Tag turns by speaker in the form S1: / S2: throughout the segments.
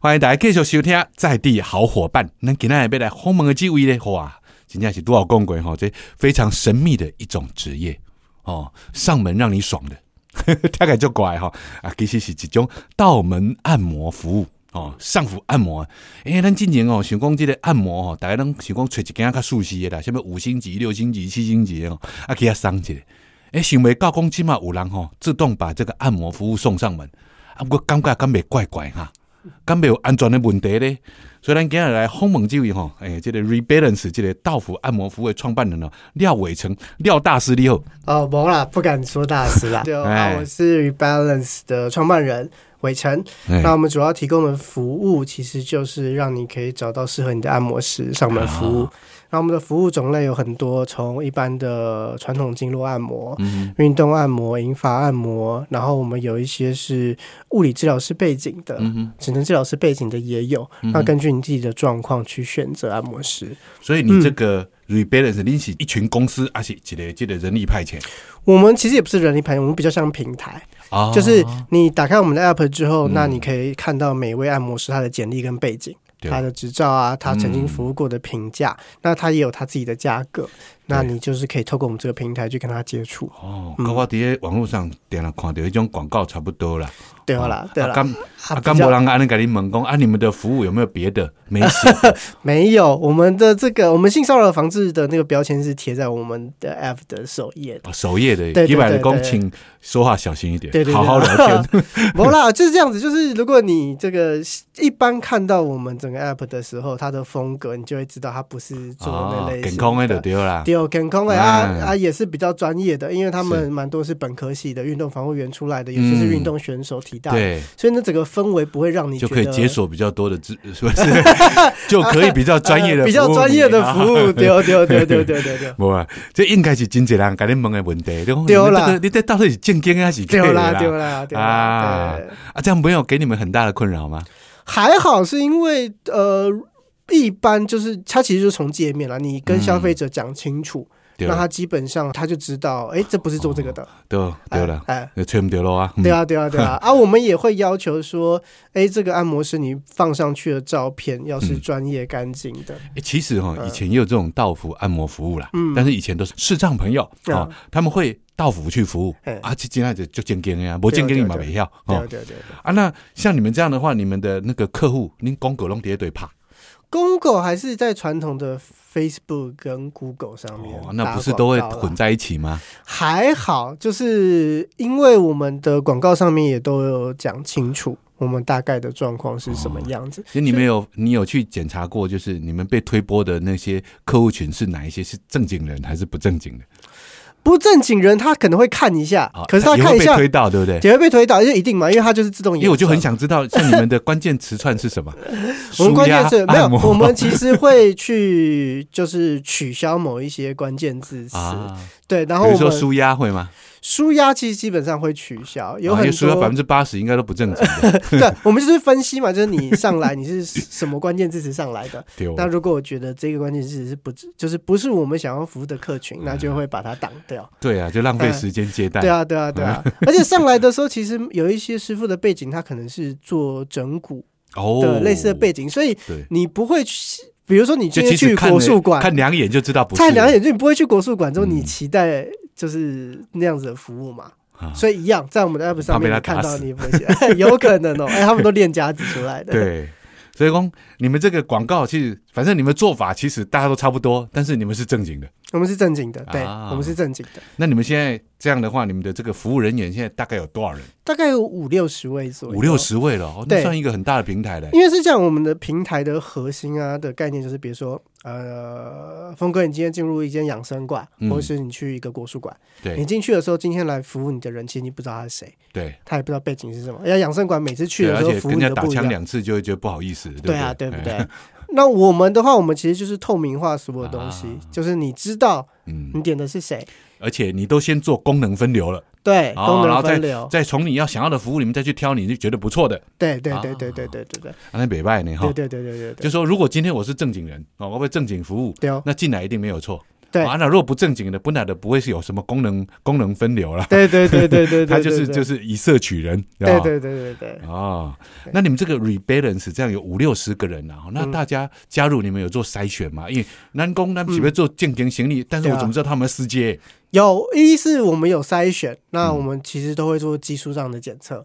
S1: 欢迎大家继续收听在地好伙伴。咱今天要来访问的这位呢，哇，真正是多少讲过吼，这非常神秘的一种职业哦，上门让你爽的。 大概就怪吼啊，其实是一种道门按摩服务哦，上腹按摩。因为咱今年哦，想讲这个按摩吼，大家拢想讲找一间较舒适的啦，什么五星级、六星级、七星级哦，啊，给他送一个。诶，想袂到讲即码有人吼自动把这个按摩服务送上门，啊，我感觉敢袂怪怪哈，敢袂有安全的问题咧。所以咱今日来访问这位吼，诶、这个 Rebalance 这个道府按摩服务的创办人哦，廖伟成，廖大师你好。
S2: 哦，没啦，不敢说大师 啦。对、哦
S1: 哎
S2: 啊，我是 Rebalance 的创办人伟成。
S1: 哎
S2: 那我们主要提供的服务，其实就是让你可以找到适合你的按摩师上门服
S1: 啊
S2: 务。那我们的服务种类有很多，从一般的传统经络按摩、
S1: 嗯
S2: 运动按摩、引法按摩，然后我们有一些是物理治疗师背景的，
S1: 嗯哼。
S2: 职能治疗师背景的也有。
S1: 嗯
S2: 那根据你自己的状况去选择按摩师。
S1: 所以你这个
S2: 嗯
S1: rebalance，你是一群公司，还是一个这个人力派遣？
S2: 我们其实也不是人力排，我们比较像平台。
S1: 啊
S2: 就是你打开我们的 app 之后，
S1: 嗯
S2: 那你可以看到每位按摩师他的简历跟背景。
S1: 对嗯
S2: 他的执照啊，他曾经服务过的评价，那他也有他自己的价格，那你就是可以透过我们这个平台去跟他接触，
S1: 哦，
S2: 嗯
S1: 跟我伫网络上点了看到迄种广告差不多啦。
S2: 对啦，对啦，
S1: 刚
S2: 啊
S1: 啊，刚
S2: 比较
S1: 无人安尼甲你问讲啊，你们的服务有没有别的？没 事
S2: 没有我们的这个我们性骚扰防治的那个标签是贴在我们 的 app 的首页的，
S1: 哦首页的，
S2: 对对
S1: 一百的
S2: 对
S1: 公，
S2: 对
S1: 请说话小心一点
S2: 对，对，
S1: 好好聊天。
S2: 天。不啦，就是这样子。就是如果你这个一般看到我们整个 app 的时候，它的风格，你就会知道它不是 做那
S1: 哦
S2: 类型的、
S1: 健康的就对啦。
S2: 对，健康的
S1: 嗯
S2: 啊啊也是比较专业的，因为他
S1: 是
S2: 们蛮多是本科系的运动防护员出来的，有些是
S1: 嗯
S2: 运动选手提到的，
S1: 对，
S2: 所以呢整个氛围不会让你
S1: 就
S2: 觉
S1: 可以
S2: 得
S1: 解锁比较多的知， 是不是？就可以比较专业的
S2: 呃
S1: 服务啊
S2: 比较专业的服 务，对对对对对对对。
S1: 无啊，这应该是真侪人甲你问的问题。你讲
S2: 对啦
S1: 你这个你这到底是正经的还是假
S2: 对
S1: 的
S2: 啦，对啦，对啦
S1: 啊，
S2: 对
S1: 啊，这样没有给你们很大的困扰吗？
S2: 还好是因为呃，一般就是它其实就是从界面啦，你跟消
S1: 嗯
S2: 费者讲清楚，
S1: 对
S2: 那他基本上他就知道，哎，这不是做这个的，
S1: 对对哦了，
S2: 哎，哎
S1: 就吹不掉了啊。嗯
S2: 对，啊，对啊，对啊！啊，我们也会要求说，哎，这个按摩师你放上去的照片要是
S1: 嗯
S2: 专业干净的，
S1: 诶其实哈，
S2: 嗯
S1: 以前也有这种道服按摩服务啦，
S2: 嗯
S1: 但是以前都是视障朋友
S2: 嗯
S1: 啊，他们会道服去服务
S2: 嘿
S1: 啊，这现在就就正经的呀，不正经你嘛
S2: 对
S1: 没要
S2: 对啊
S1: 哦。
S2: 对啊对啊对啊。
S1: 啊，那像你们这样的话，你们的那个客户，您公狗龙叠对怕
S2: 公狗还是在传统的 Facebook 跟 Google 上面
S1: 哦
S2: 打，
S1: 那不是都会
S2: 广告啦
S1: 混？在一起 吗？
S2: 还好，就是因为我们的广告上面也都有讲清楚。我们大概的状况是什么样子？
S1: 就你们有你有去检查过，就是你们被推播的那些客户群是哪一些是正经人还是不正经的？
S2: 不正经人他可能会看一下
S1: 啊，，
S2: 可是他
S1: 也
S2: 看
S1: 会
S2: 一
S1: 被
S2: 下
S1: 推到，对不对？
S2: 也会被推倒，因为一定嘛，因为他就是自动演
S1: 因为我就
S2: 算
S1: 很想知道，像你们的关键词串是什么？
S2: 我们关键
S1: 舒
S2: 是
S1: 压
S2: 没有
S1: 按，摩
S2: 我们其实会去就是取消某一些关键字词，
S1: 啊，
S2: 对，然后
S1: 比如
S2: 我
S1: 说
S2: 们
S1: 舒压会吗？
S2: 舒压其实基本上会取消，有
S1: 啊因
S2: 很
S1: 为舒压 百
S2: 多
S1: 分之八十应该都不正常的，
S2: 对，我们就是分析嘛，就是你上来你是什么关键字词上来的，
S1: 对 哦
S2: 那如果我觉得这个关键字是不就是不是我们想要服务的客
S1: 嗯
S2: 群，那就会把它挡掉。
S1: 对啊，就浪费时间接待
S2: 对。啊，对啊，对啊，
S1: 嗯
S2: 而且上来的时候，其实有一些师傅的背景，他可能是做整骨
S1: 哦
S2: 的啊类似的背景，所以
S1: 对，
S2: 你不会去，比如说你
S1: 就其
S2: 今天
S1: 实
S2: 去
S1: 看
S2: 国术馆，
S1: 看两眼就知道不是
S2: 菜鸟眼镜不会去国术馆之后，
S1: 嗯
S2: 你期待就是那样子的服务嘛？
S1: 啊
S2: 所以一样，在我们的 app 上面
S1: 怕被
S2: 你
S1: 他打
S2: 看到
S1: 死
S2: 你不 行，有可能哦。哎，他们都练家子出来的。
S1: 对。所以讲，你们这个广告其实，反正你们做法其实大家都差不多，但是你们是正经的。
S2: 我们是正经的，对，
S1: 啊
S2: 我们是正经的，
S1: 那你们现在这样的话，你们的这个服务人员现在大概有多少人？
S2: 大概有五六十位左右。
S1: 五六。十位了，哦，那
S2: 对
S1: 算一个很大的平台嘞。
S2: 因为是这样，我们的平台的核心啊的概念就是，比如说，呃，峰哥，你今天进入一间养生馆，
S1: 嗯
S2: 或者是你去一个国术馆，你
S1: 对
S2: 进去的时候，今天来服务你的人，其实你不知道他是谁，
S1: 对，
S2: 他也不知道背景是什么。要哎养生馆每次去
S1: 对，
S2: 的
S1: 而
S2: 时候，
S1: 且
S2: 服
S1: 跟
S2: 务
S1: 人家
S2: 你的
S1: 打
S2: 不一
S1: 枪
S2: 样。
S1: 两次就会觉得不好意思，对不
S2: 对
S1: 对
S2: 啊，对不？
S1: 哎
S2: 对？那我们的话，我们其实就是透明化所有东西，
S1: 啊
S2: 就是你知道
S1: 嗯
S2: 你，点的是谁，
S1: 而且你都先做功能分流了，
S2: 对，
S1: 哦
S2: 功
S1: 然后
S2: 能分流，
S1: 再从你要想要的服务里面再去挑你就觉得不错的，
S2: 对对
S1: 啊
S2: 对对对对对对
S1: 啊，那北拜呢哈
S2: 对对对对对对，
S1: 就说如果今天我是正经人哦，我为正经服务，
S2: 对哦，
S1: 那进来一定没有错。
S2: 对
S1: 啊，那如果不正经的，本来的不会是有什么功能功能分流啦，
S2: 对对对对对对，
S1: 他就是
S2: 对
S1: 就是以社取人，知
S2: 对
S1: 道吗
S2: 对对对对，
S1: 哦，那你们这个 rebalance 这样有五六十个人啊，
S2: 嗯
S1: 那大家加入你们有做筛选吗？因为南工他们准备做健康行
S2: 嗯
S1: 李，
S2: 啊
S1: 但是我怎么知道他们世界？
S2: 有一是我们有筛选，那我们其实都会做技术上的检测，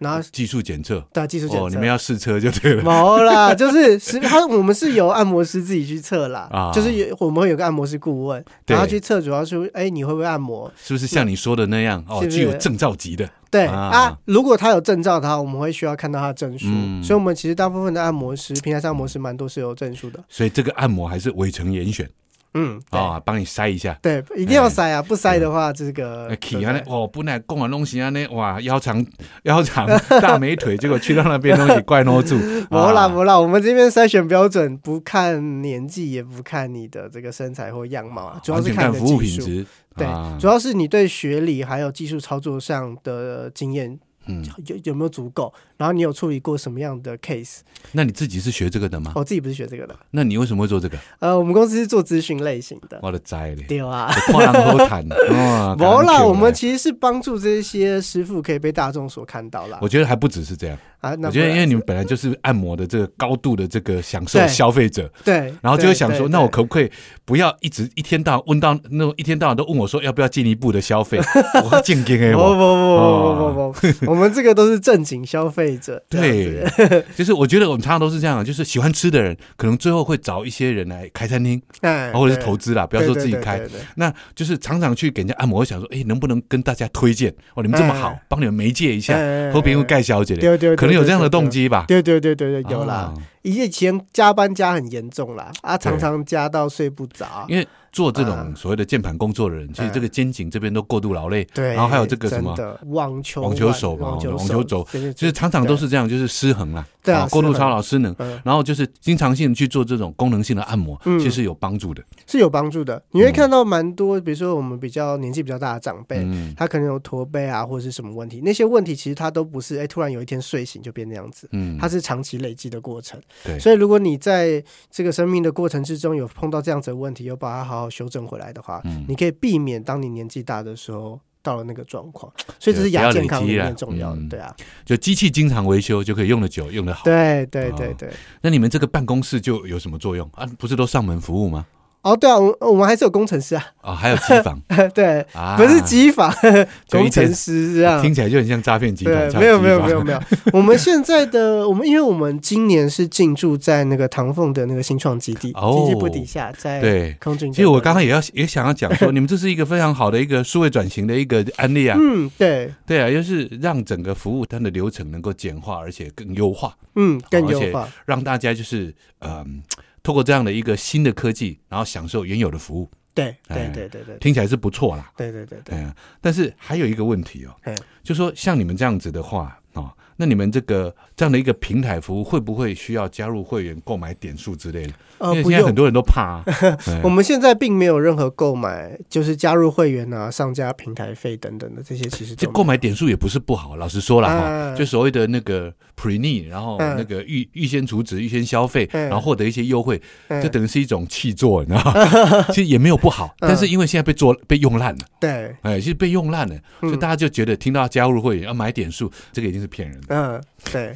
S2: 然后
S1: 技术检测
S2: 对啊技术检测，
S1: 哦，你们要试车就对 了。
S2: 毛啦，就是是他我们是由按摩师自己去测啦，
S1: 啊
S2: 就是有我们会有个按摩师顾问，
S1: 对
S2: 然后去测，主要是哎、你会不会按摩？
S1: 是不是像你说的那样哦？
S2: 是不是
S1: 具有证照级的
S2: 对
S1: 啊
S2: 啊如果他有证照的话，我们会需要看到他的证书，
S1: 嗯
S2: 所以我们其实大部分的按摩师，平台上按摩师蛮多是有证书的，
S1: 所以这个按摩还是尾程严选
S2: 嗯，对、
S1: 啊，帮你筛一下。
S2: 对，一定要筛啊，不筛的话，这个
S1: 那哎起啊
S2: 呃对不
S1: 呢
S2: 对？
S1: 哦，本来供完东西啊呢，哇，腰长 腰长大美腿，结果去到那边东西怪孬 住。
S2: 没啦
S1: 啊
S2: 没啦，我们这边筛选标准不看年纪，也不看你的这个身材或样貌啊，主要
S1: 完
S2: 是
S1: 全看
S2: 你的
S1: 服务
S2: 技
S1: 品
S2: 术。
S1: 质。
S2: 对
S1: 啊，
S2: 主要是你对学理还有技术操作上的经验
S1: 嗯，
S2: 有有没有足够，然后你有处理过什么样的 case？
S1: 那你自己是学这个的吗？
S2: 我自己不是学这个的，
S1: 那你为什么会做 这个？
S2: 呃，我们公司是做咨询类型的，
S1: 我的灾嘞！
S2: 对啊。
S1: 跨浪好谈 哇！
S2: 没
S1: 感
S2: 啦，
S1: 觉
S2: 我们其实是帮助这些师傅可以被大众所看到啦。
S1: 我觉得还不只是这样，
S2: 啊，那
S1: 我觉得
S2: 不
S1: 因
S2: 然
S1: 为你们本来就是按摩的这个高度的这个享受
S2: 对
S1: 消费者，
S2: 对，
S1: 然后就会想
S2: 对
S1: 说，
S2: 对
S1: 那我
S2: 对
S1: 可不可以不要一直一天到晚问到那种一天到晚都问我说要不要进一步的消 费？我进进给
S2: 不
S1: 我。
S2: 不不不不不不，我们这个都是正经消费者。
S1: 哦 对，就是我觉得我们常常都是这样，啊就是喜欢吃的人，可能最后会找一些人来开餐厅，
S2: 这样子，哎，
S1: 啊或者是投资啦，不
S2: 对，
S1: 要
S2: 不
S1: 说自己开，那就是常常去给人家按摩，我想说，哎、能不能跟大家推荐？哦，你们这么好
S2: 哎，
S1: 帮你们媒介一下，
S2: 下
S1: 和别人盖小姐的，
S2: 对对，
S1: 可能有这样的动
S2: 机。
S1: 机啊吧？
S2: 对对对对对，有啦
S1: 啊。
S2: 以前加班加很严重啦，啊，
S1: 对
S2: 常常加到睡不着。
S1: 啊因为做这种
S2: 啊哎
S1: 所谓的键盘工作的人，其实这个肩颈这边都过度劳累，
S2: 对，
S1: 然后还有这个什么
S2: 真的网球
S1: 网球手嘛
S2: 网球
S1: 网球手
S2: 真的
S1: 就是常常都是这样，就是失衡啦，
S2: 对啊
S1: 过度
S2: 失衡
S1: 操劳失能。
S2: 嗯
S1: 然后就是经常性去做这种功能性的按摩，
S2: 嗯
S1: 其实有帮助的。
S2: 是有帮助的。你会看到蛮多，比如说我们比较年纪比较大的长辈。
S1: 嗯
S2: 他可能有驼背啊，或者是什么问题，那些问题其实他都不是哎、突然有一天睡醒就变那样子，
S1: 嗯
S2: 它是长期累积的过程。
S1: 对
S2: 所以如果你在这个生命的过程之中有碰到这样子的问题，有把它好好修正回来的话，
S1: 嗯
S2: 你可以避免当你年纪大的时候到了那个状况。所以这是
S1: 对不要
S2: 亚
S1: 累积
S2: 健康里
S1: 啦
S2: 面重要的，
S1: 嗯
S2: 对啊，
S1: 就机器经常维修就可以用的久，用的好。
S2: 对对对对。
S1: 那你们这个办公室就有什么作用啊？不是都上门服务 吗？
S2: 哦，对啊，我我们还是有工程师啊，
S1: 啊，还有机房
S2: 对，
S1: 啊，
S2: 不是机房，
S1: 就一
S2: 工
S1: 间
S2: 程师这样。
S1: 听起来就很像诈骗集团
S2: 对。，
S1: 诈
S2: 没有
S1: 欺
S2: 没有
S1: 吧
S2: 没有没有，我们现在的我们，因为我们今年是进驻在那个唐凤的那个新创基地，
S1: 哦
S2: 经济部底下，在
S1: 对。
S2: 空军。
S1: 其实我刚刚也要也想要讲 说，你们这是一个非常好的一个数位转型的一个案例啊，
S2: 嗯，对，
S1: 对啊，就是让整个服务它的流程能够简化，而且更优化，
S2: 嗯，更
S1: 而且
S2: 优化，
S1: 让大家就是嗯，透过这样的一个新的科技，然后享受原有的服务，
S2: 对
S1: 哎
S2: 对对对对
S1: 听起来是不错啦。
S2: 对对对
S1: 对
S2: 对，
S1: 啊，但是还有一个问题哦
S2: 嗯，
S1: 就说像你们这样子的话哦，那你们这个这样的一个平台服务会不会需要加入会员购买点数之类的？
S2: 呃
S1: 因为，
S2: 不
S1: 现在很
S2: 用。
S1: 多人都怕、 啊，哎
S2: 我们现在并没有任何购买，就是加入会员啊、上架平台费等等的这些，其实
S1: 这
S2: 都没有
S1: 购买点数也不是不好，老实说了哈、
S2: 嗯
S1: 就所谓的那个 pre need，然后
S2: 嗯
S1: 那个预预先储值、预先消费，
S2: 嗯
S1: 然后获得一些优惠，
S2: 嗯
S1: 这等于是一种弃作，你知道吗？ 其实也没有不好，
S2: 嗯
S1: 但是因为现在被做被用烂了，
S2: 对，
S1: 哎，其实被用烂了，
S2: 嗯
S1: 所以大家就觉得听到加入会员要买点数，这个已经是骗人的。
S2: 嗯，对，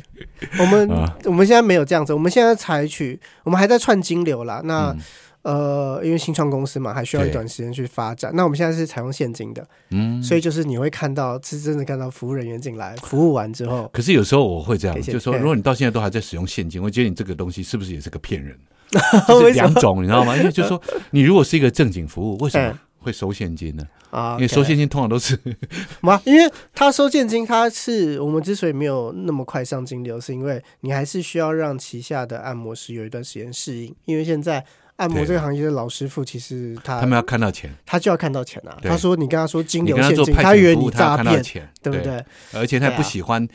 S2: 我们、
S1: 啊
S2: 我们现在没有这样子，我们现在采取，我们还在串金流啦。那、
S1: 嗯
S2: 呃，因为新创公司嘛，还需要
S1: 对
S2: 一段时间去发展。那我们现在是采用现金的，
S1: 嗯，
S2: 所以就是你会看到，是真的看到服务人员进来，服务完之后，
S1: 可是有时候我会这样，
S2: 谢谢
S1: 就说
S2: 嗯
S1: 如果你到现在都还在使用现金，我觉得你这个东西是不是也是个骗 人？就
S2: 为
S1: 是
S2: 什么
S1: 两种，你知道吗？因为就说你如果是一个正经服务，为什么
S2: 嗯
S1: 会收现金呢？
S2: 啊，
S1: 因为收现金通常都是
S2: 嘛，因为他收现金，他是我们之所以没有那么快上金流，是因为你还是需要让旗下的按摩师有一段时间适应，因为现在。按摩
S1: 对
S2: 这个行业的老师傅，其实他
S1: 他们要看到钱。
S2: 他就要看到钱啊。
S1: 对
S2: 他说你跟他说啊金
S1: 你
S2: 流
S1: 跟他
S2: 现
S1: 做
S2: 金，
S1: 派
S2: 他以
S1: 遣
S2: 为
S1: 服务，
S2: 你
S1: 他要
S2: 诈
S1: 看到
S2: 骗，
S1: 钱，
S2: 对不？对？
S1: 而且他也
S2: 对啊
S1: 不喜欢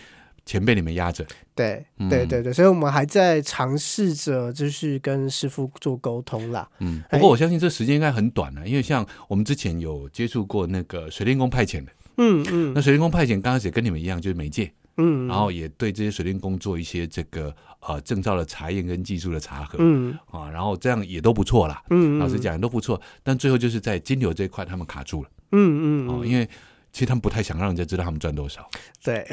S1: 钱被你们压着。
S2: 对
S1: 嗯
S2: 对对对，所以我们还在尝试着，就是跟师傅做沟通啦。
S1: 嗯，不
S2: 哎
S1: 过我相信这时间应该很短了、啊因为像我们之前有接触过那个水电工派遣的，
S2: 嗯嗯
S1: 那水电工派遣刚开始也跟你们一样，就是媒介，
S2: 嗯，
S1: 然后也对这些水电工做一些这个呃证照的查验跟技术的查核
S2: 嗯
S1: 啊，然后这样也都不错啦。
S2: 嗯，
S1: 老实讲也都不错，但最后就是在金流这一块他们卡住了
S2: 嗯，嗯嗯
S1: 哦，因为其实他们不太想让人家知道他们赚多少。
S2: 对，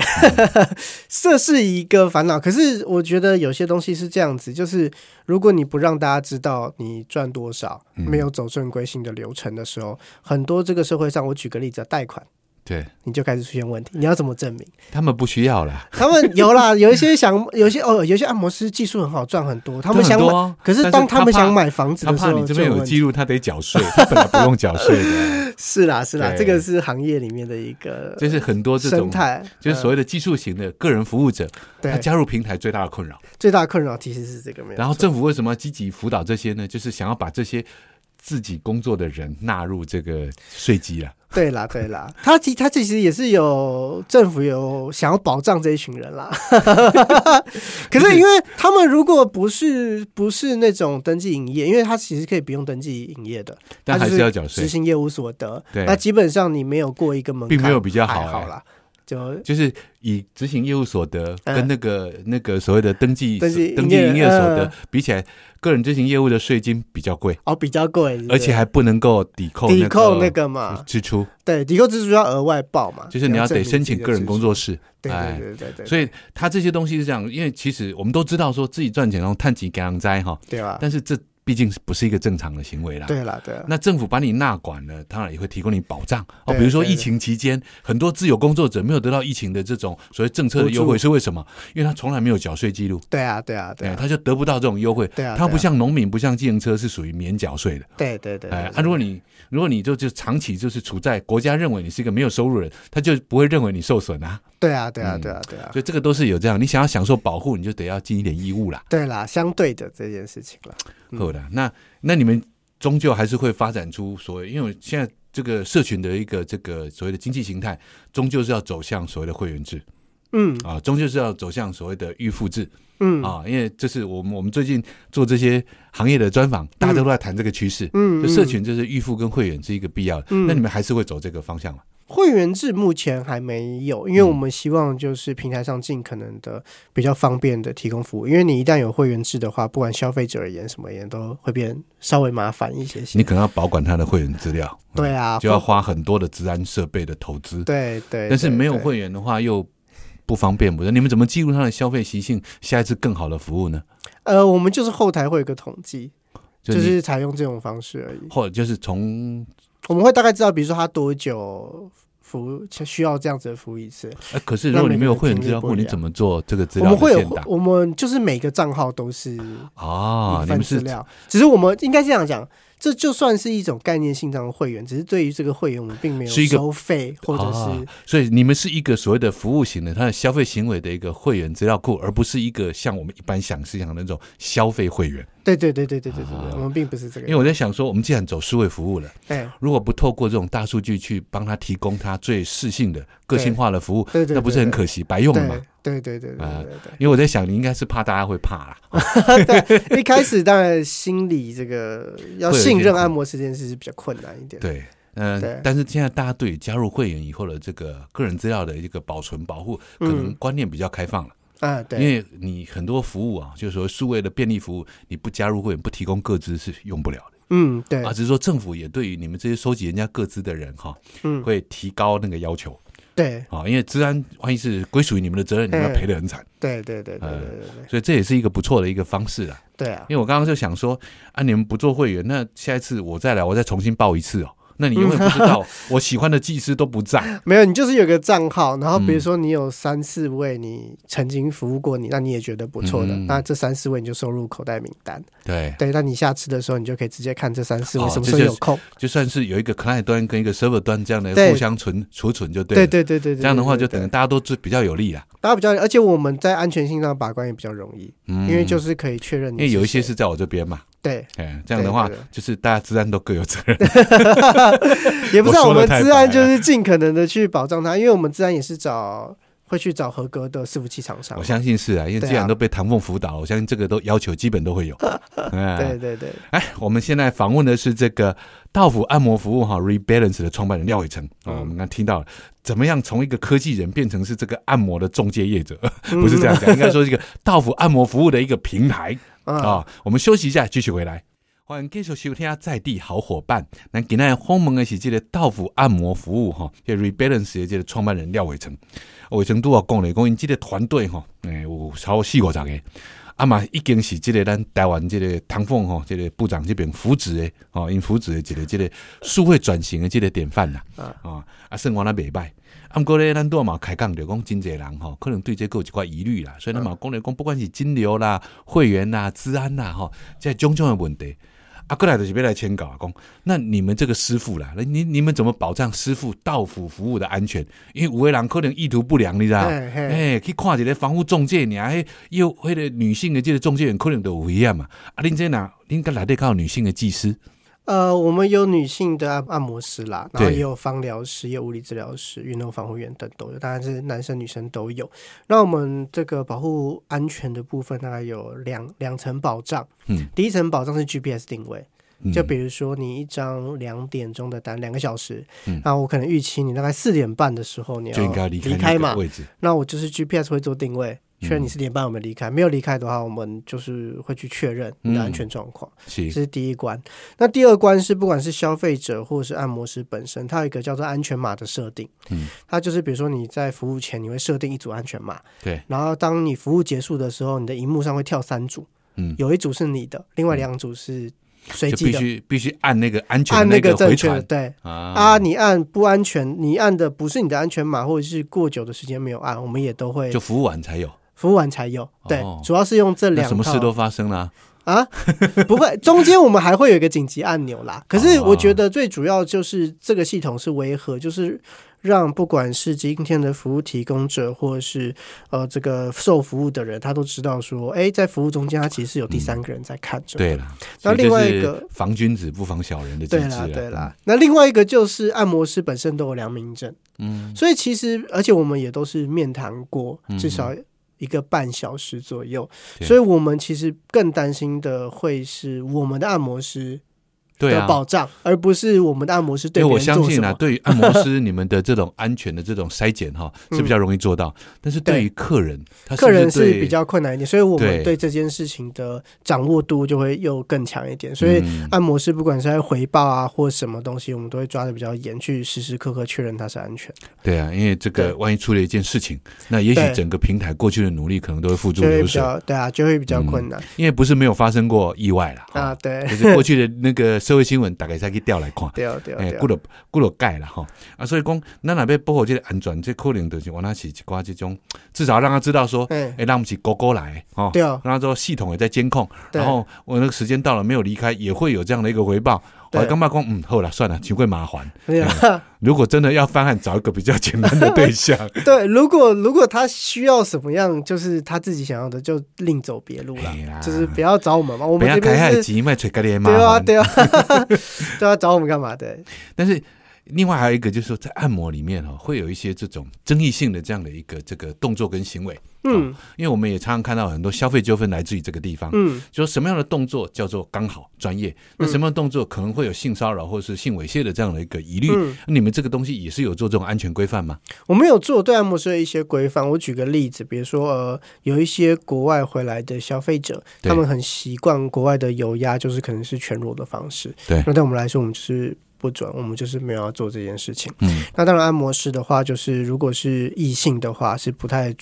S2: 这是一个烦恼。可是我觉得有些东西是这样子，就是如果你不让大家知道你赚多少，
S1: 嗯
S2: 没有走正规性的流程的时候，很多这个社会上，我举个例子，啊贷款
S1: 对
S2: 你就开始出现问题，你要怎么证明？
S1: 他们不需要啦，
S2: 他们有啦，有一些想， 有一些哦，有一些按摩师技术很好，赚很多，他们想
S1: 这很
S2: 买。
S1: 多啊
S2: 可是
S1: 但
S2: 当他们
S1: 怕
S2: 想。买房子
S1: 他
S2: 的时
S1: 怕
S2: 候，
S1: 你这边
S2: 就
S1: 有
S2: 问
S1: 记录，他得缴税，他本来不用缴税 的。
S2: 是啦是啦，
S1: 对
S2: 这个是行业里面的一个
S1: 就是很多这
S2: 生
S1: 种，
S2: 态，呃
S1: 就是所谓的技术型的个人服务者，
S2: 对
S1: 他加入平台最大的困扰。
S2: 最大的困扰其实是这个没有错。
S1: 然后政府为什么要积极辅导这些呢？就是想要把这些自己工作的人纳入这个税基啊啦。
S2: 对啦，对啦，他其他其实也是有政府有想要保障这一群人 啦，可是因为他们如果不是不是那种登记营业，因为他其实可以不用登记营业的，
S1: 但
S2: 他
S1: 还
S2: 就是
S1: 要缴税
S2: 执，行业务所得，
S1: 对
S2: 那基本上你没有过一个门槛，
S1: 并没有比较好
S2: 还好
S1: 哎
S2: 啦，就
S1: 就是以执行业务所得
S2: 嗯
S1: 跟那个、那个所谓的登记
S2: 登记
S1: 登记
S2: 营业
S1: 营业所
S2: 嗯
S1: 得比起来，个人执行业务的税金比较贵，
S2: 哦比较贵，
S1: 而且还不能够抵扣
S2: 抵扣那
S1: 那
S2: 个啊嘛，
S1: 支出，
S2: 对，抵扣支出要额外报嘛，
S1: 就是你要得
S2: 证明
S1: 申
S2: 自己
S1: 请
S2: 的
S1: 个人
S2: 支
S1: 工
S2: 出，
S1: 作室。
S2: 对
S1: 哎
S2: 对对对对，
S1: 所
S2: 以
S1: 以他这些东西是这样，因为其实我们都知道说自己赚钱然后探及给人灾哈，
S2: 对吧？
S1: 但是这毕竟是不是一个正常的行为啦。
S2: 对啦对啊啦，
S1: 那政府把你纳管了，当然也会提供你保障哦。
S2: 对
S1: 比如说
S2: 对对
S1: 疫情期间，很多自由工作者没有得到疫情的这种所谓政策的优
S2: 补助
S1: 惠，是为什么？因为他从来没有缴税记录，
S2: 对啊对啊对
S1: 哎，
S2: 啊
S1: 他就得不到这种优惠。
S2: 对啊，
S1: 他
S2: 对
S1: 不
S2: 啊
S1: 像农民，不像自行车是属于免缴税的。
S2: 对对对，
S1: 哎
S2: 对，
S1: 啊，如果你如果你就就长期就是处在国家认为你是一个没有收入的人，他就不会认为你受损啊。
S2: 对啊，对啊，
S1: 嗯
S2: 对啊，对啊，
S1: 所以这个都是有这样，你想要享受保护，你就得要尽一点义务啦。
S2: 对啦，相对的这件事情啦，嗯
S1: 好的，那那你们终究还是会发展出所谓，因为现在这个社群的一个这个所谓的经济形态，终究是要走向所谓的会员制
S2: 嗯
S1: 啊，终究是要走向所谓的预付制
S2: 嗯
S1: 啊，因为这是我们我们最近做这些行业的专访，大家都在谈这个趋势。
S2: 嗯，
S1: 就社
S2: 嗯
S1: 群就是预付跟会员是一个必要的，
S2: 嗯
S1: 那你们还是会走这个方向吗？
S2: 会员制目前还没有，因为
S1: 嗯
S2: 我们希望就是平台上尽可能的比较方便的提供服务，因为你一旦有会员制的话，不管消费者而言什么而言都会变稍微麻烦一些些
S1: 你。可能要保管他的会员资料，
S2: 对啊，
S1: 就要
S2: 或
S1: 花很多的治安设备的投资。
S2: 对对，
S1: 但是
S2: 对
S1: 没有
S2: 对
S1: 会员的话又不方便，不是？你们怎么记录他的消费习性，下一次更好的服务呢？
S2: 呃，我们就是后台会有个统计，就
S1: 你
S2: 是采用这种方式而已。
S1: 或者就是从、
S2: 我们会大概知道，比如说他多久服需要这样子的服务一次，
S1: 呃，可是如果你没有会员资料
S2: 那
S1: 库，
S2: 每个人
S1: 你
S2: 的频率不一样
S1: 怎么做这个资
S2: 我
S1: 料
S2: 们会
S1: 的建
S2: 有
S1: 档，？
S2: 我们就是每个账号都是
S1: 哦
S2: 一，
S1: 你
S2: 份
S1: 们
S2: 资
S1: 是
S2: 料，只是我们应该这样讲，这就算是一种概念性上的会员，只是对于这个会员我们并没有
S1: 是一个
S2: 收费或者
S1: 哦
S2: 是
S1: 所以你们是一个所谓的服务型的，它的消费行为的一个会员资料库，而不是一个像我们一般想是想的那种消费会员。
S2: 对对对对对对对
S1: 啊
S2: 对，我们并不是这
S1: 因
S2: 个哎
S1: 为，我在想说，我们既然走数位服务了，
S2: 对
S1: 如果不透过这种大数据去帮他提供他最适性的、个性化的服务，
S2: 对对，
S1: 那不是很可惜，白用了
S2: 对
S1: 嘛？
S2: 对对对对
S1: 啊
S2: 对对
S1: 因为我在想，你应该是怕大家会怕啦。
S2: 对， 一开始当然心理这个要
S1: 会有一
S2: 信
S1: 些
S2: 任
S1: 困
S2: 按摩师这件事是比较困难一点，
S1: 对，嗯、
S2: 对
S1: 但是现在大家对于加入会员以后的这个个人资料的一个保存保护，可能
S2: 嗯
S1: 观念比较开放了。
S2: 啊
S1: 因
S2: 对
S1: 为你很多服务啊，就是说数位的便利服务，你不加入会员不提供个资是用不了的
S2: 嗯对
S1: 啊。只是说政府也对于你们这些收集人家个资的人哈、
S2: 嗯
S1: 会提高那个要求
S2: 对
S1: 啊，因为治安万一是归属于你们的责任，你们要赔得很惨，
S2: 对对对对对
S1: 呃
S2: 对对
S1: 所以这也是一个不错的一个方式啊。
S2: 对啊，
S1: 因为我刚刚就想说啊，你们不做会员，那下一次我再来，我再重新报一次哦。那你永远不知 道我喜欢的技师都不在，
S2: 没有，你就是有个账号，然后比如
S1: 嗯
S2: 说你有三四位你曾经服务过你，那你也觉得不错的，
S1: 嗯
S2: 那这三四位你就收入口袋名单。
S1: 对，
S2: 对，那你下次的时候，你就可以直接看这三四位
S1: 哦
S2: 什么时候有空。
S1: 就算是有一个 client 端跟一个 server 端这样的
S2: 对
S1: 互相存储存就对了。
S2: 对对对对对，
S1: 这样的话就等
S2: 对
S1: 大家都知比较有利啊啦。
S2: 大家比较，而且我们在安全性上把关也比较容易，
S1: 嗯，
S2: 因为就是可以确认
S1: 因
S2: 你
S1: 为有一些
S2: 谁
S1: 是在我这边嘛，
S2: 对，
S1: 哎，这样的话
S2: 嗯对对对
S1: 就是大家自然都各有责任。
S2: 也不知道啊
S1: 我说
S2: 我
S1: 得
S2: 们
S1: 太
S2: 治
S1: 白
S2: 安
S1: 了
S2: 就是尽可能的去保障它，因为我们治安也是找。会去找合格的伺服器厂商
S1: 我。相信是啊，因为
S2: 对啊
S1: 既然都被唐凤辅导，我相信这个都要求基本都会有。
S2: 对
S1: 哎，
S2: 对对，
S1: 哎，我们现在访问的是这个道府按摩服务哈 Rebalance 的创办人廖伟成啊、
S2: 嗯
S1: 我们刚听到了，怎么样从一个科技人变成是这个按摩的中介业者？不是这样讲，应该说是一个道府按摩服务的一个平台。
S2: 啊
S1: 啊、我们休息一下，继续回来。欢迎继续收听在地好伙伴。那今天访问的是这个道府按摩服务哈，这 Rebalance 的这个创办人廖伟成。伟成都啊讲了，讲因这个团队哈，诶、有超过四五十个，啊嘛已经是这个咱台湾这个唐凤吼，这个部长这边扶植的哦，因扶植的一个这个数位转型的这个典范啦。
S2: 啊
S1: 啊啊，算我那袂歹。啊，毋过咧，咱都嘛有开讲着讲真侪人吼，可能对这个有一寡疑虑啦，所以咱嘛有讲着讲，不管是金流啦、会员啦、治安啦吼，这种种的问题。啊，过来就是要来签稿啊，讲那你们这个师傅啦，那你你们怎么保障师傅到府服务的安全？因为有的人可能意图不良，你知道？
S2: 嘿嘿
S1: 哎、去看一个房屋中介，你还又迄个女性的这个中介人可能都有危险嘛？啊，恁这哪恁个内底较有女性的技师？
S2: 呃，我们有女性的按按摩师啦，然后
S1: 对
S2: 也有芳疗师、也有物理治疗师、运动防护员等都有，当然是男生女生都有。那我们这个保护安全的部分大概有两两层保障，
S1: 嗯，
S2: 第一层保障是 GPS 定位，
S1: 嗯
S2: 就比如说你一张两点钟的单，两个小时，
S1: 嗯
S2: 那我可能预期你大概四点半的时候你要
S1: 就应该离开
S2: 哦离
S1: 那
S2: 开
S1: 个
S2: 嘛，
S1: 位置。
S2: 那我就是 GPS 会做定位，
S1: 嗯
S2: 确认你四点半有没有离开，没有离开的话，我们就是会去确认你
S1: 嗯
S2: 的安全状况。
S1: 是，
S2: 这是第一关。那第二关是，不管是消费者或是按摩师本身，它有一个叫做安全码的设定。
S1: 嗯，
S2: 它就是比如说你在服务前，你会设定一组安全码，
S1: 对，
S2: 然后当你服务结束的时候，你的荧幕上会跳三组，
S1: 嗯，
S2: 有一组是你的，另外两组是随
S1: 就
S2: 机
S1: 必
S2: 的。
S1: 须必须按那个安全的
S2: 按那
S1: 个
S2: 正
S1: 回
S2: 确的，
S1: 传
S2: 对
S1: 啊
S2: 啊，你按不安全，你按的不是你的安全码，或者是过久的时间没有按，我们也都会
S1: 就服务完才有，
S2: 服务完才有。对
S1: 哦，
S2: 主要是用这
S1: 那
S2: 两
S1: 什么
S2: 套
S1: 事都发生了啊。
S2: 啊，不会，中间我们还会有一个紧急按钮
S1: 哦
S2: 啦。可是我觉得最主要就是这个系统是维和，就是让不管是今天的服务提供者，或是呃这个受服务的人，他都知道说，哎，在服务中间，他其实有第三个人在看着。
S1: 对了，
S2: 那
S1: 所以
S2: 另外
S1: 就是
S2: 一个
S1: 防君子不防小人的机
S2: 对
S1: 制啊嗯
S2: 啦，对
S1: 啦
S2: 啦。那另外一个就是按摩师本身都有良民证，
S1: 嗯，
S2: 所以其实而且我们也都是面谈过，至少一个半小时左右，
S1: 对
S2: 所以我们其实更担心的会是我们的按摩师
S1: 对
S2: 的
S1: 啊。
S2: 保障，而不是我们的按摩师对
S1: 因为
S2: 别
S1: 我
S2: 人做
S1: 相
S2: 什
S1: 信啊，
S2: 么。
S1: 对于按摩师，你们的这种安全的这种筛检哈，是比较容易做到。但是对于客人，他
S2: 嗯客人
S1: 是不
S2: 是
S1: 对
S2: 比较困难一点，所以我
S1: 对
S2: 们对这件事情的掌握度就会又更强一点。所以
S1: 嗯
S2: 按摩师不管是在回报啊，或什么东西，我们都会抓的比较严，去时时刻刻确认它是安全，
S1: 对啊，因为这
S2: 对
S1: 个万一出了一件事情，那也许
S2: 对
S1: 整个平台过去的努力可能都会付诸
S2: 就会
S1: 流
S2: 比
S1: 水，
S2: 较对啊，就会比较困难、
S1: 因为不是没有发生过意外啦。
S2: 啊。
S1: 啊，
S2: 对
S1: 就，是过去的那个社会新闻，大概再去调来看。
S2: 对哦，对哦，
S1: 哎，
S2: 对
S1: 骨
S2: 哦，
S1: 落骨落钙啦吼啊，所以讲，咱若要保护这个安全，这可能就是原来是一寡这种，至少让他知道说，
S2: 嗯，
S1: 哎，咱们是狗狗来的哦，
S2: 对哦，
S1: 让他知道系统也在监控，
S2: 对
S1: 然后我那个时间到了没有离开，也会有这样的一个回报。
S2: 对
S1: 我刚嘛讲，嗯，好了，算了，钱贵麻烦。
S2: 对啊
S1: 如果真的要翻案，找一个比较简单的对象，
S2: 对，如果如果他需要什么样，就是他自己想要的，就另走别路了
S1: 嘿啦，
S2: 就是不要找我们嘛，我
S1: 哎不
S2: 们
S1: 要
S2: 这
S1: 开海
S2: 边是。
S1: 急，卖吹咖喱麻
S2: 对啊，
S1: 烦。
S2: 对啊， 对啊，找我们干嘛？对，
S1: 但是另外还有一个就是说，在按摩里面哈、哦，会有一些这种争议性的这样的一个这个动作跟行为，
S2: 嗯
S1: 因为我们也常常看到很多消费纠纷来自于这个地方。
S2: 嗯，
S1: 就什么样的动作叫做刚好专业，那什么样的动作可能会有性骚扰或是性猥亵的这样的一个疑虑？
S2: 嗯
S1: 你们这个东西也是有做这种安全规范吗？
S2: 我们有做对按摩师的一些规范。我举个例子，比如说呃，有一些国外回来的消费者，
S1: 对
S2: 他们很习惯国外的油压，就是可能是全裸的方式。
S1: 对
S2: 那对我们来说，我们就是不准，我们就是没有要做这件事情。
S1: 嗯，
S2: 那当然，按摩师的话，就是如果是异性的话，是不太。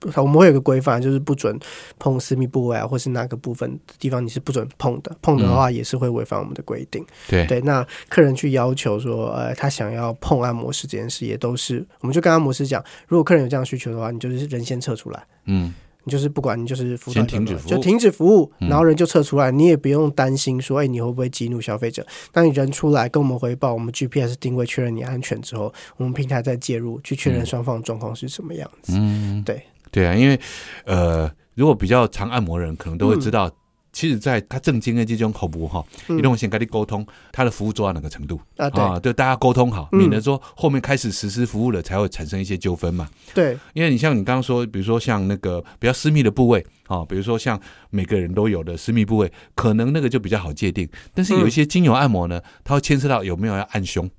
S2: 不我们会有个规范，就是不准碰私密部位啊，或是哪个部分地方你是不准碰的，碰的话也是会违反我们的规定。
S1: 对
S2: 对，那客人去要求说，呃，他想要碰按摩师这件事，也都是，我们就跟按摩师讲，如果客人有这样需求的话，你就是人先撤出来，
S1: 嗯，
S2: 你就是不管你就是服务
S1: 先
S2: 到一半
S1: 停止
S2: 嘛
S1: 服务
S2: 就停止服务，
S1: 嗯
S2: 然后人就撤出来，你也不用担心说，哎，你会不会激怒消费者？那你人出来跟我们回报，我们 GPS 定位确认你安全之后，我们平台再介入去确认
S1: 嗯
S2: 双方的状况是什么样子。
S1: 嗯，
S2: 对
S1: 对啊，因为呃，如果比较常按摩人，可能都会知道其实在他正经的这种服务哈，
S2: 嗯
S1: 一定会先跟你沟通，他的服务做到哪个程度
S2: 啊，对
S1: 对，大家沟通好，
S2: 嗯
S1: 免得说后面开始实施服务了才会产生一些纠纷嘛。
S2: 对，
S1: 因为你像你刚刚说，比如说像那个比较私密的部位啊、比如说像每个人都有的私密部位，可能那个就比较好界定。但是有一些精油按摩呢，它会牵涉到有没有要按胸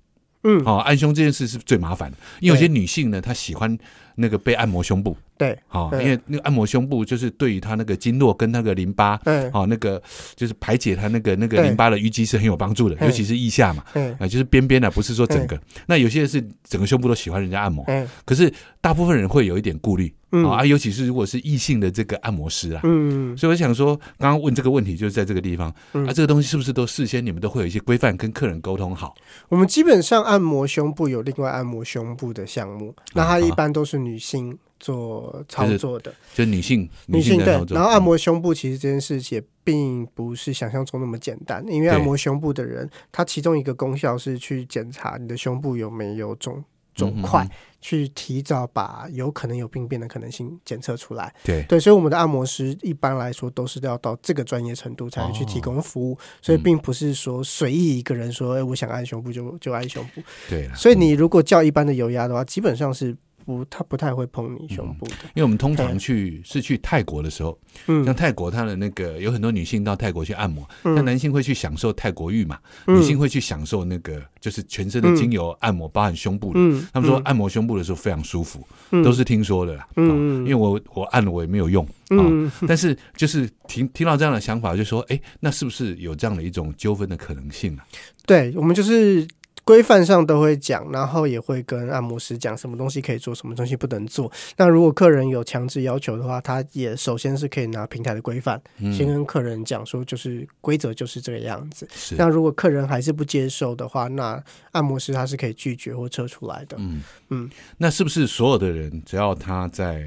S2: 嗯，
S1: 啊、哦，按胸这件事是最麻烦的，因为有些女性呢，她喜欢那个被按摩胸部
S2: 对，
S1: 啊、哦，
S2: 对
S1: 因为那个按摩胸部就是对于她那个经络跟那个淋巴。
S2: 嗯
S1: 哦，那个就是排解她那个那个
S2: 对
S1: 淋巴的淤积是很有帮助的，
S2: 嗯
S1: 尤其是腋下嘛，
S2: 嗯
S1: 啊、就是边边的，不是说整个。那有些人是整个胸部都喜欢人家按摩，
S2: 嗯
S1: 可是大部分人会有一点顾虑啊、
S2: 嗯
S1: 啊，尤其是如果是异性的这个按摩师啊。
S2: 嗯
S1: 所以我想说，刚刚问这个问题就是在这个地方
S2: 嗯
S1: 啊，这个东西是不是都事先你们都会有一些规范跟客人沟通好？
S2: 我们基本上按摩胸部有另外按摩胸部的项目，那它一
S1: 啊
S2: 般都是女性做操
S1: 就是
S2: 作的，
S1: 就是女性
S2: 女性
S1: 在
S2: 对
S1: 操，作
S2: 然后按摩胸部其实这件事情也并不是想象中那么简单，因为按
S1: 对
S2: 摩胸部的人，他其中一个功效是去检查你的胸部有没有肿肿块
S1: 嗯，
S2: 去提早把有可能有病变的可能性检测出来。
S1: 对
S2: 对，所以我们的按摩师一般来说都是要到这个专业程度才会去提供服务，
S1: 嗯
S2: 所以并不是说随意一个人说，哎，我想按胸部就就按胸部。
S1: 对了，
S2: 所以你如果叫一般的油压的话，基本上是不，他不太会碰你胸部的。
S1: 因为我们通常去是去泰国的时候，像
S2: 嗯
S1: 泰国它的那个有很多女性到泰国去按摩，
S2: 嗯
S1: 那男性会去享受泰国浴嘛，
S2: 嗯
S1: 女性会去享受那个就是全身的精油按摩，包含胸部的。
S2: 嗯
S1: 他们说按摩胸部的时候非常舒服，
S2: 嗯
S1: 都是听说的啦。
S2: 嗯
S1: 啊因
S2: 嗯
S1: 为我我按了我也没有用啊，
S2: 嗯
S1: 但是就是听听到这样的想法，就说，哎，那是不是有这样的一种纠纷的可能性啊？
S2: 对，我们就是规范上都会讲，然后也会跟按摩师讲什么东西可以做，什么东西不能做。那如果客人有强制要求的话，他也首先是可以拿平台的规范，
S1: 嗯
S2: 先跟客人讲说，就是规则就是这个样子。
S1: 是，
S2: 那如果客人还是不接受的话，那按摩师他是可以拒绝或撤出来的。
S1: 嗯
S2: 嗯，
S1: 那是不是所有的人只要他在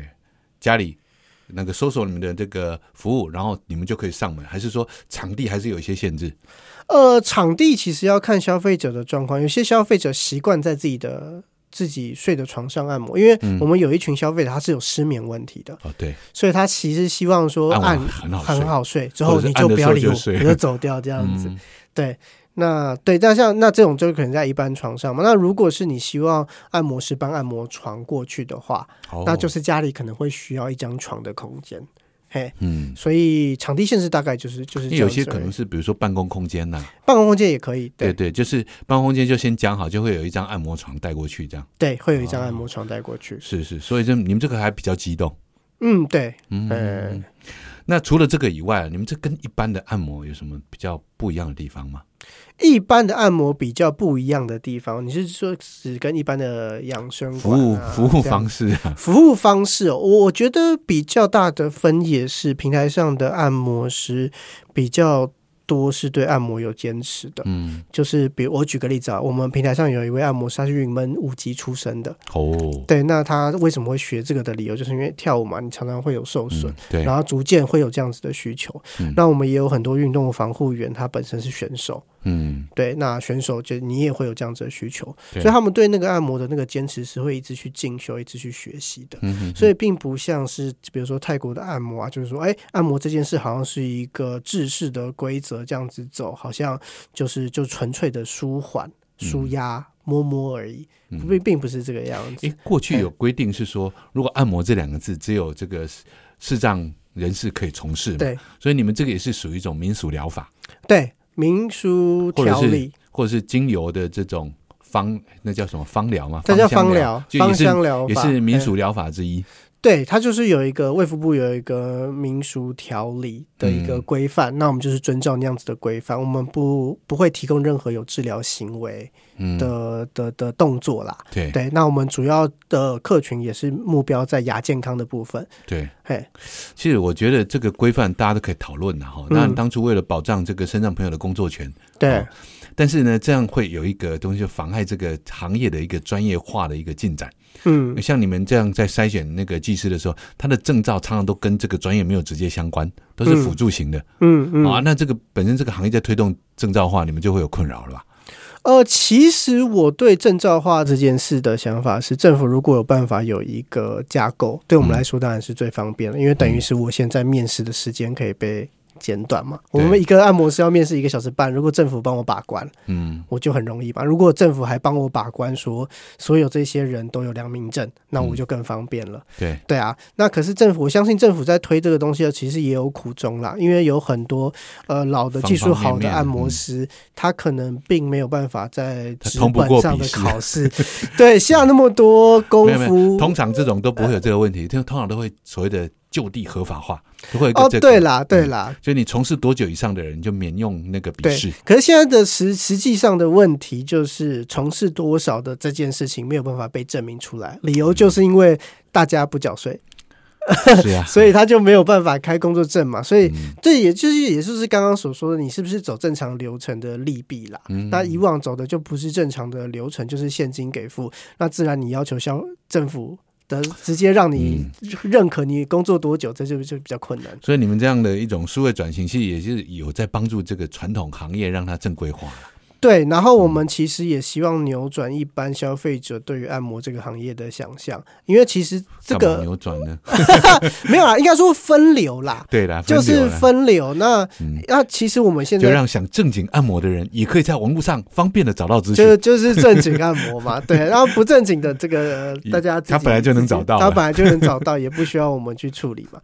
S1: 家里那个搜索你们的这个服务，然后你们就可以上门？还是说场地还是有一些限制？
S2: 呃，场地其实要看消费者的状况，有些消费者习惯在自己的。自己睡的床上按摩，因为
S1: 嗯
S2: 我们有一群消费者他是有失眠问题的，
S1: 哦，对，
S2: 所以他其实希望说
S1: 按
S2: 按
S1: 摩很好睡
S2: 哦很，好睡，之
S1: 或
S2: 后
S1: 者是
S2: 你就不要理我，
S1: 按的时候就
S2: 你
S1: 睡
S2: 就走掉这样子。
S1: 嗯
S2: 对，那对，但像那这种就可能在一般床上嘛。那如果是你希望按摩师帮按摩床过去的话，
S1: 好，
S2: 那就是家里可能会需要一张床的空间。嘿，
S1: 嗯。
S2: 所以场地限制大概就是就是
S1: 因
S2: 这
S1: 为有
S2: 样子而已
S1: 些可能是，比如说办公空间呐、
S2: 办公空间也可以，
S1: 对
S2: 对
S1: 对，就是办公空间就先讲好，就会有一张按摩床带过去，这样
S2: 对，会有一张按摩床带过去。
S1: 是是，所以这你们这个还比较激动，
S2: 嗯，对，
S1: 嗯，
S2: 嗯
S1: 那除了这个以外，你们这跟一般的按摩有什么比较不一样的地方吗？
S2: 一般的按摩比较不一样的地方，你是说只跟一般的养生
S1: 服
S2: 馆
S1: 务
S2: 啊
S1: 服务
S2: 这样
S1: 方式啊，
S2: 服务方式、哦，我我觉得比较大的分野是平台上的按摩师比较多是对按摩有坚持的，
S1: 嗯，
S2: 就是比如我举个例子啊，我们平台上有一位按摩师，他是云门舞集出身的，
S1: 哦，
S2: 对，那他为什么会学这个的理由，就是因为跳舞嘛，你常常会有受损
S1: 嗯。，对
S2: 然，后逐渐会有这样子的需求。
S1: 嗯
S2: 那我们也有很多运动防护员，他本身是选手，
S1: 嗯，
S2: 对，那选手就你也会有这样子的需求，
S1: 对
S2: 所以他们对那个按摩的那个坚持是会一直去进修，一直去学习的。
S1: 嗯
S2: 所以并不像是比如说泰国的按摩啊，就是说，哎，按摩这件事好像是一个制式的规则这样子走，好像就是就纯粹的舒缓、
S1: 嗯
S2: 舒压、摸摸而已，并并不是这个样子。
S1: 诶，过
S2: 哎
S1: 去有规定是说，如果按摩这两个字只有这个视视障人士可以从事，，
S2: 对
S1: 所以你们这个也是属于一种民俗疗法，
S2: 对，民俗
S1: 或者
S2: 调
S1: 是
S2: 理，
S1: 或者是精油的这种方，那叫什么芳疗吗？
S2: 这叫
S1: 芳香
S2: 芳疗、
S1: 就
S2: 芳
S1: 也是
S2: 香疗
S1: 也
S2: 法，
S1: 是民
S2: 哎
S1: 俗疗法之一。
S2: 对，它就是有一个卫福部有一个民俗条例的一个
S1: 嗯
S2: 规范，那我们就是遵照那样子的规范，我们不不会提供任何有治疗行为
S1: 嗯，
S2: 的、的的动作啦。
S1: 对
S2: 对，那我们主要的客群也是目标在亚健康的部分。
S1: 对。
S2: 嘿，
S1: 其实我觉得这个规范大家都可以讨论的哈。
S2: 嗯
S1: 那当初为了保障这个身障朋友的工作权，
S2: 对
S1: 哦，但是呢，这样会有一个东西就妨碍这个行业的一个专业化的一个进展。
S2: 嗯，
S1: 像你们这样在筛选那个技师的时候，他的证照常常都跟这个专业没有直接相关，都是辅助型的、
S2: 嗯嗯
S1: 啊。那这个本身这个行业在推动证照化，你们就会有困扰了吧？
S2: 呃，其实我对证照化这件事的想法是，政府如果有办法有一个架构，对我们来说当然是最方便了，因为等于是我现在面试的时间可以被简短嘛。我们一个按摩师要面试一个小时半，如果政府帮我把关，
S1: 嗯，
S2: 我就很容易吧。如果政府还帮我把关说所有这些人都有良民证，那我就更方便了。
S1: 对，
S2: 对啊，那可是政府，我相信政府在推这个东西的，其实也有苦衷啦，因为有很多呃老的技术好的按摩师，
S1: 嗯
S2: 他可能并没有办法在纸本上的 考试，对下那么多功
S1: 没有没有，
S2: 夫。
S1: 通常这种都不会有这个问题，通通常都会所谓的就地合法化，都会有一个
S2: 哦，
S1: 这
S2: 对
S1: 个。嗯
S2: 啦，对啦，
S1: 所以你从事多久以上的人就免用那个笔
S2: 对
S1: 试，。
S2: 可是现在的实实际上的问题就是，从事多少的这件事情没有办法被证明出来，理由就是因为大家不缴 税。
S1: 是啊，
S2: 所以他就没有办法开工作证嘛。所以
S1: 嗯
S2: 这也就是也就是刚刚所说的，你是不是走正常流程的利弊啦？
S1: 嗯
S2: 那以往走的就不是正常的流程，就是现金给付，那自然你要求消政府的直接让你
S1: 嗯
S2: 认可你工作多久，这就就比较困难。
S1: 所以你们这样的一种数位转型，其实也是有在帮助这个传统行业让它正规化。
S2: 对，然后我们其实也希望扭转一般消费者对于按摩这个行业的想象，因为其实这
S1: 干嘛
S2: 个
S1: 扭转呢？
S2: 没有啦，应该说分流啦。
S1: 对啦，
S2: 就
S1: 分流
S2: 是
S1: 啦
S2: 分流，那、
S1: 嗯
S2: 那其实我们现在
S1: 就让想正经按摩的人也可以在网络上方便的找到资
S2: 就
S1: 讯。
S2: 就是正经按 摩嘛，对，然后不正经的这个、呃、大家自己
S1: 他本来就能找到
S2: 自己他本来就能找到，也不需要我们去处理 嘛。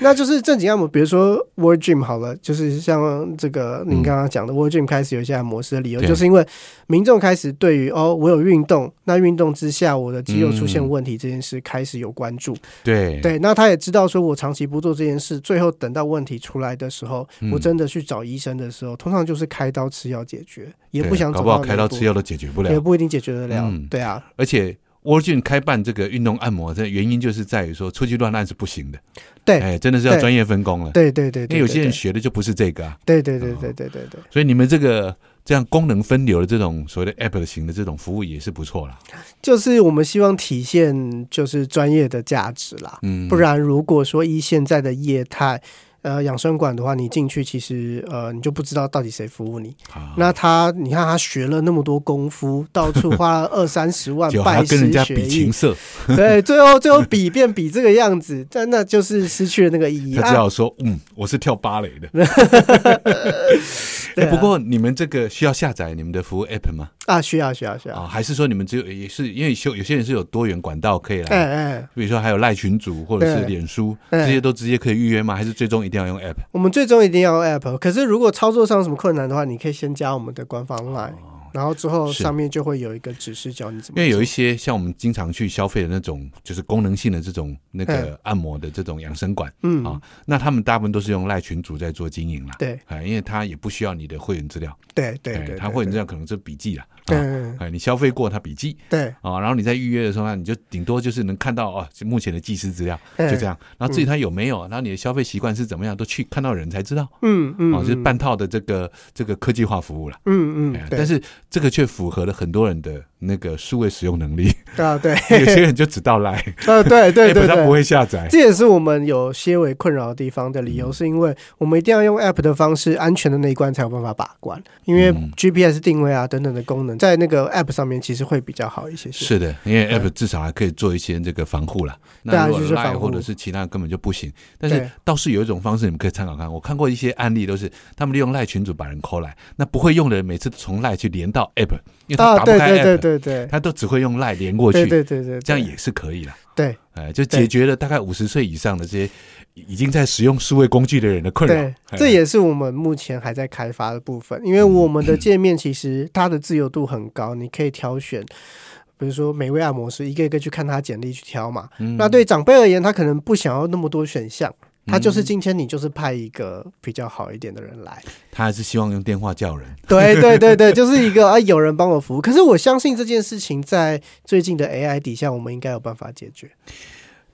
S2: 那就是正经按摩，比如说 World Gym 好了，就是像这个您刚刚讲的 World Gym 开始有一些按摩师的理
S1: 嗯
S2: 由，
S1: 对
S2: 就是因为民众开始对于哦我有运动，那运动之下我的肌肉出现问题这件事开始有关注，
S1: 对
S2: 对，那他也知道说我长期不做这件事，最后等到问题出来的时候，
S1: 嗯
S2: 我真的去找医生的时候，通常就是开刀吃药解决，也不
S1: 对
S2: 想
S1: 搞
S2: 走
S1: 不好
S2: 那
S1: 开
S2: 一
S1: 刀
S2: 步
S1: 吃药都解决不
S2: 也
S1: 了。
S2: 不一定解决得了。
S1: 嗯
S2: 对啊，
S1: 而且 w o r g i n 开办这个运动按摩，这原因就是在于说出去乱按是不行的。
S2: 对
S1: 哎，真的是要
S2: 对
S1: 专业分工了。
S2: 对对对
S1: 因
S2: 对，
S1: 为有些人哦
S2: 对
S1: 学的就不是这个啊，
S2: 对对对对对对对，
S1: 所以你们这个这样功能分流的这种所谓的 App 型的这种服务也是不错啦。
S2: 就是我们希望体现就是专业的价值啦。
S1: 嗯，
S2: 不然如果说依现在的业态。呃，养生馆的话，你进去其实呃，你就不知道到底谁服务你。
S1: 好
S2: 那他，你看他学了那么多功夫，到处花了二三十万
S1: 就还
S2: 啊拜
S1: 要跟人
S2: 师
S1: 家
S2: 学
S1: 比
S2: 艺
S1: 情，色，
S2: 对，最后最后比变比这个样子，但那就是失去了那个意义。
S1: 他
S2: 啊
S1: 只好说，嗯，我是跳芭 蕾的。哎
S2: 对啊
S1: 不过你们这个需要下载你们的服务 App 吗？
S2: 啊，需要需要需
S1: 啊，
S2: 要，
S1: 还是说你们只有也是因为有有些人是有多元管道可以
S2: 哎
S1: 来，
S2: 哎，
S1: 比如说还有赖群组或者是
S2: 对
S1: 脸书，
S2: 哎
S1: 这些都直接可以预约吗？还是最终一定要用 App？
S2: 我们最终一定要用 App，可是如果操作上有什么困难的话，你可以先加我们的官方 Line，、然后之后
S1: 哦是
S2: 上面就会有一个指示教你怎么
S1: 因
S2: 做。
S1: 为有一些像我们经常去消费的那种，就是功能性的这种那个
S2: 哎
S1: 按摩的这种养生馆
S2: 嗯，
S1: 啊，那他们大部分都是用赖群组在做经营啦。
S2: 对
S1: 哎，因为他也不需要你的会员资料，
S2: 对对
S1: 哎
S2: 对，
S1: 他
S2: 对
S1: 会员资料可能是笔记啦，
S2: 对
S1: 啊
S2: 嗯
S1: 哎，你消费过他笔记，
S2: 对
S1: 啊、然后你在预约的时候呢，你就顶多就是能看到哦，是目前的技师资料，
S2: 嗯
S1: 就这样。然后至于他有没有，然后你的消费习惯是怎么样，都去看到人才知道。
S2: 嗯嗯，
S1: 哦，就是
S2: 嗯
S1: 半套的这个这个科技化服务了。
S2: 嗯
S1: 哎呀
S2: 嗯，
S1: 但
S2: 对
S1: 是这个却符合了很多人的那个数位使用能力，
S2: 啊对，
S1: 有些人就只到来，
S2: 呃 对对
S1: app
S2: 对
S1: 他
S2: 对
S1: 哎不。会下载。
S2: 这也是我们有些为困扰的地方的理
S1: 嗯
S2: 由，是因为我们一定要用 App 的方式，安全的那一关才有办法把关，因为
S1: 嗯
S2: GPS 定位啊等等的功能，在那个 App 上面其实会比较好一些些。
S1: 是的，因为
S2: 对
S1: app 至少还可以做一些这个防护啦。
S2: 对
S1: 那
S2: 啊
S1: 如果
S2: 就是
S1: line
S2: 防护
S1: 或者是其他根本就不行。但是
S2: 对
S1: 倒是有一种方式，你们可以参考看。我看过一些案例，都是他们利用赖群主把人扣来，那不会用的人每次从赖去连到 app，因为他
S2: 啊，
S1: 打不
S2: 对
S1: 开 app，、
S2: 对对对对，
S1: 他都只会用赖连过去，
S2: 对对对对，
S1: 这样也是可以啦。
S2: 对
S1: 哎，就解决了大概五十岁以上的这些已经在使用数位工具的人的困扰哎
S2: 对。，这也是我们目前还在开发的部分，因为
S1: 嗯
S2: 我们的界面其实它的自由度很高，你可以挑选。比如说每位按摩师一个一个去看他简历去挑嘛，
S1: 嗯
S2: 那对长辈而言，他可能不想要那么多选项，他
S1: 嗯
S2: 就是今天你就是派一个比较好一点的人来，
S1: 他还是希望用电话叫人。
S2: 对对对对，就是一个啊有人帮我服务。可是我相信这件事情在最近的 AI 底下，我们应该有办法解决。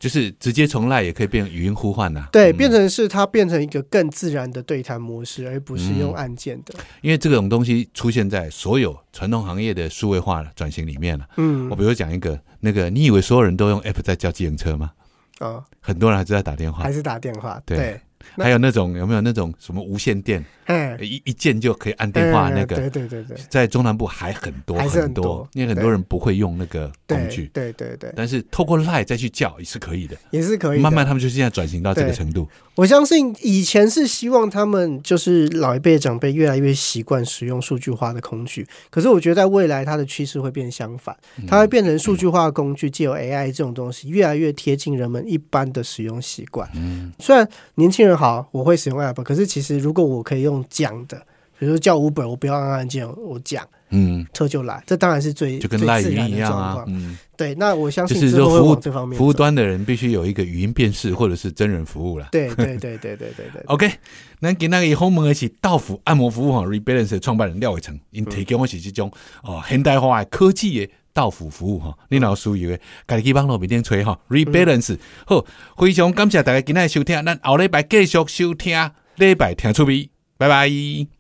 S1: 就是直接从赖也可以变语音呼唤啊呐、
S2: 对，变成是它变成一个更自然的对谈模式，而不是用
S1: 嗯
S2: 按键的。
S1: 因为这种东西出现在所有传统行业的数位化转型里面了、
S2: 嗯
S1: 我比如讲一个，那个你以为所有人都用 App 在叫计程车吗？
S2: 啊。
S1: 很多人还是在打电话
S2: 还。是打电话。
S1: 啊对
S2: 对哎那
S1: 还有那种有没有那种什么无线电，
S2: 哎，
S1: 一一键就可以按电话
S2: 哎
S1: 那个，
S2: 对对对对，
S1: 在中南部还很多
S2: 还是很
S1: 多
S2: 多，
S1: 因为很多人不会用那个工
S2: 对
S1: 具，
S2: 对对对，
S1: 但是透过 Line 再去叫也是可以的。
S2: 也是可以的。
S1: 慢慢他们就现在转型到这个
S2: 对
S1: 程度，
S2: 我相信以前是希望他们就是老一辈的长辈越来越习惯使用数据化的工具，可是我觉得在未来它的趋势会变相反，
S1: 嗯
S2: 它会变成数据化的工具，借由 AI 这种东西越来越贴近人们一般的使用习惯。
S1: 嗯
S2: 虽然年轻人好，我会使用 App，可是其实如果我可以用讲的，比如说叫 Uber，我不要按按键，我讲
S1: 嗯，
S2: 车就来，这当然是最
S1: 就跟
S2: 最
S1: 赖
S2: 自
S1: 语
S2: 然
S1: 音一
S2: 的
S1: 样
S2: 状
S1: 啊，
S2: 况。
S1: 嗯，
S2: 对，那我相信
S1: 就是
S2: 之后
S1: 说
S2: 会
S1: 服务
S2: 往这方面
S1: 服务
S2: 走。
S1: 端 的人必须有一个语音辨识或者是真人服务啦。
S2: 对对对对对对对对
S1: OK，咱今仔日访问的是道府按摩服务吼 Rebalance 的创办人廖伟成，因
S2: 嗯
S1: 提供的是这种哦现代化的科技的道府服务吼，你若有需要的，家己去网络面顶找吼 Rebalance。好，非常感谢大家今仔日的收听，咱后礼拜继续收听，礼拜听趣味，拜拜。